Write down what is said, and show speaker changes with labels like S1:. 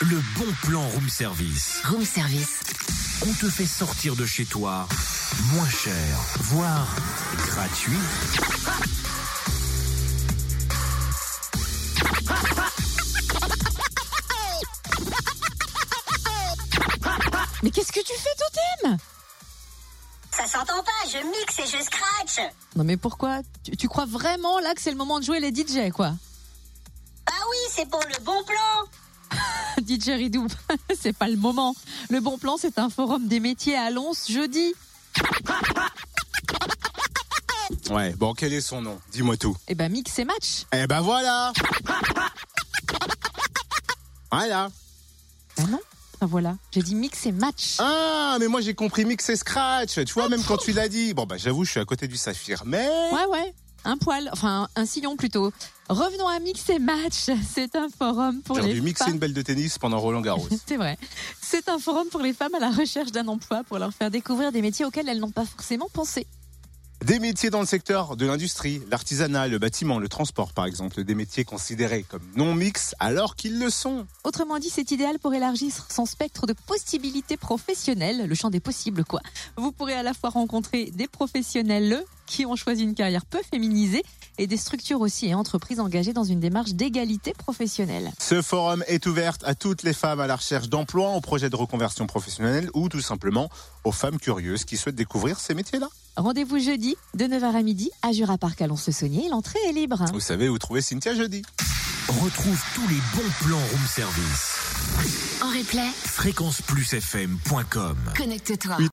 S1: Le bon plan room service.
S2: Room service.
S1: On te fait sortir de chez toi moins cher, voire gratuit.
S2: Mais qu'est-ce que tu fais, Totem
S3: Ça s'entend pas, je mixe et je scratch.
S2: Non mais pourquoi tu, tu crois vraiment là que c'est le moment de jouer les DJ, quoi
S3: Bah oui, c'est pour le bon plan.
S2: DJ Ridou, c'est pas le moment. Le bon plan, c'est un forum des métiers à Lons jeudi.
S4: Ouais, bon, quel est son nom Dis-moi tout.
S2: Eh ben, mix et match.
S4: Eh ben voilà Voilà
S2: Ben non. Ah, voilà, j'ai dit mix et match.
S4: Ah, mais moi j'ai compris mix et scratch, tu vois, même quand tu l'as dit. Bon, bah j'avoue, je suis à côté du saphir, mais.
S2: Ouais, ouais. Un poil, enfin un sillon plutôt. Revenons à Mix et Match. C'est un forum pour
S4: J'aurais
S2: les
S4: dû mixer
S2: femmes.
S4: une balle de tennis pendant Roland Garros.
S2: C'est vrai. C'est un forum pour les femmes à la recherche d'un emploi pour leur faire découvrir des métiers auxquels elles n'ont pas forcément pensé.
S4: Des métiers dans le secteur de l'industrie, l'artisanat, le bâtiment, le transport par exemple, des métiers considérés comme non mix alors qu'ils le sont.
S2: Autrement dit, c'est idéal pour élargir son spectre de possibilités professionnelles, le champ des possibles quoi. Vous pourrez à la fois rencontrer des professionnels qui ont choisi une carrière peu féminisée et des structures aussi et entreprises engagées dans une démarche d'égalité professionnelle.
S4: Ce forum est ouvert à toutes les femmes à la recherche d'emploi, en projet de reconversion professionnelle ou tout simplement aux femmes curieuses qui souhaitent découvrir ces métiers-là.
S2: Rendez-vous jeudi de 9h à midi à Jura Parc à Lons-le-Saunier. L'entrée est libre.
S4: Vous savez où trouver Cynthia jeudi.
S1: Retrouve tous les bons plans room service.
S2: En replay,
S1: Fréquenceplusfm.com
S2: connecte-toi.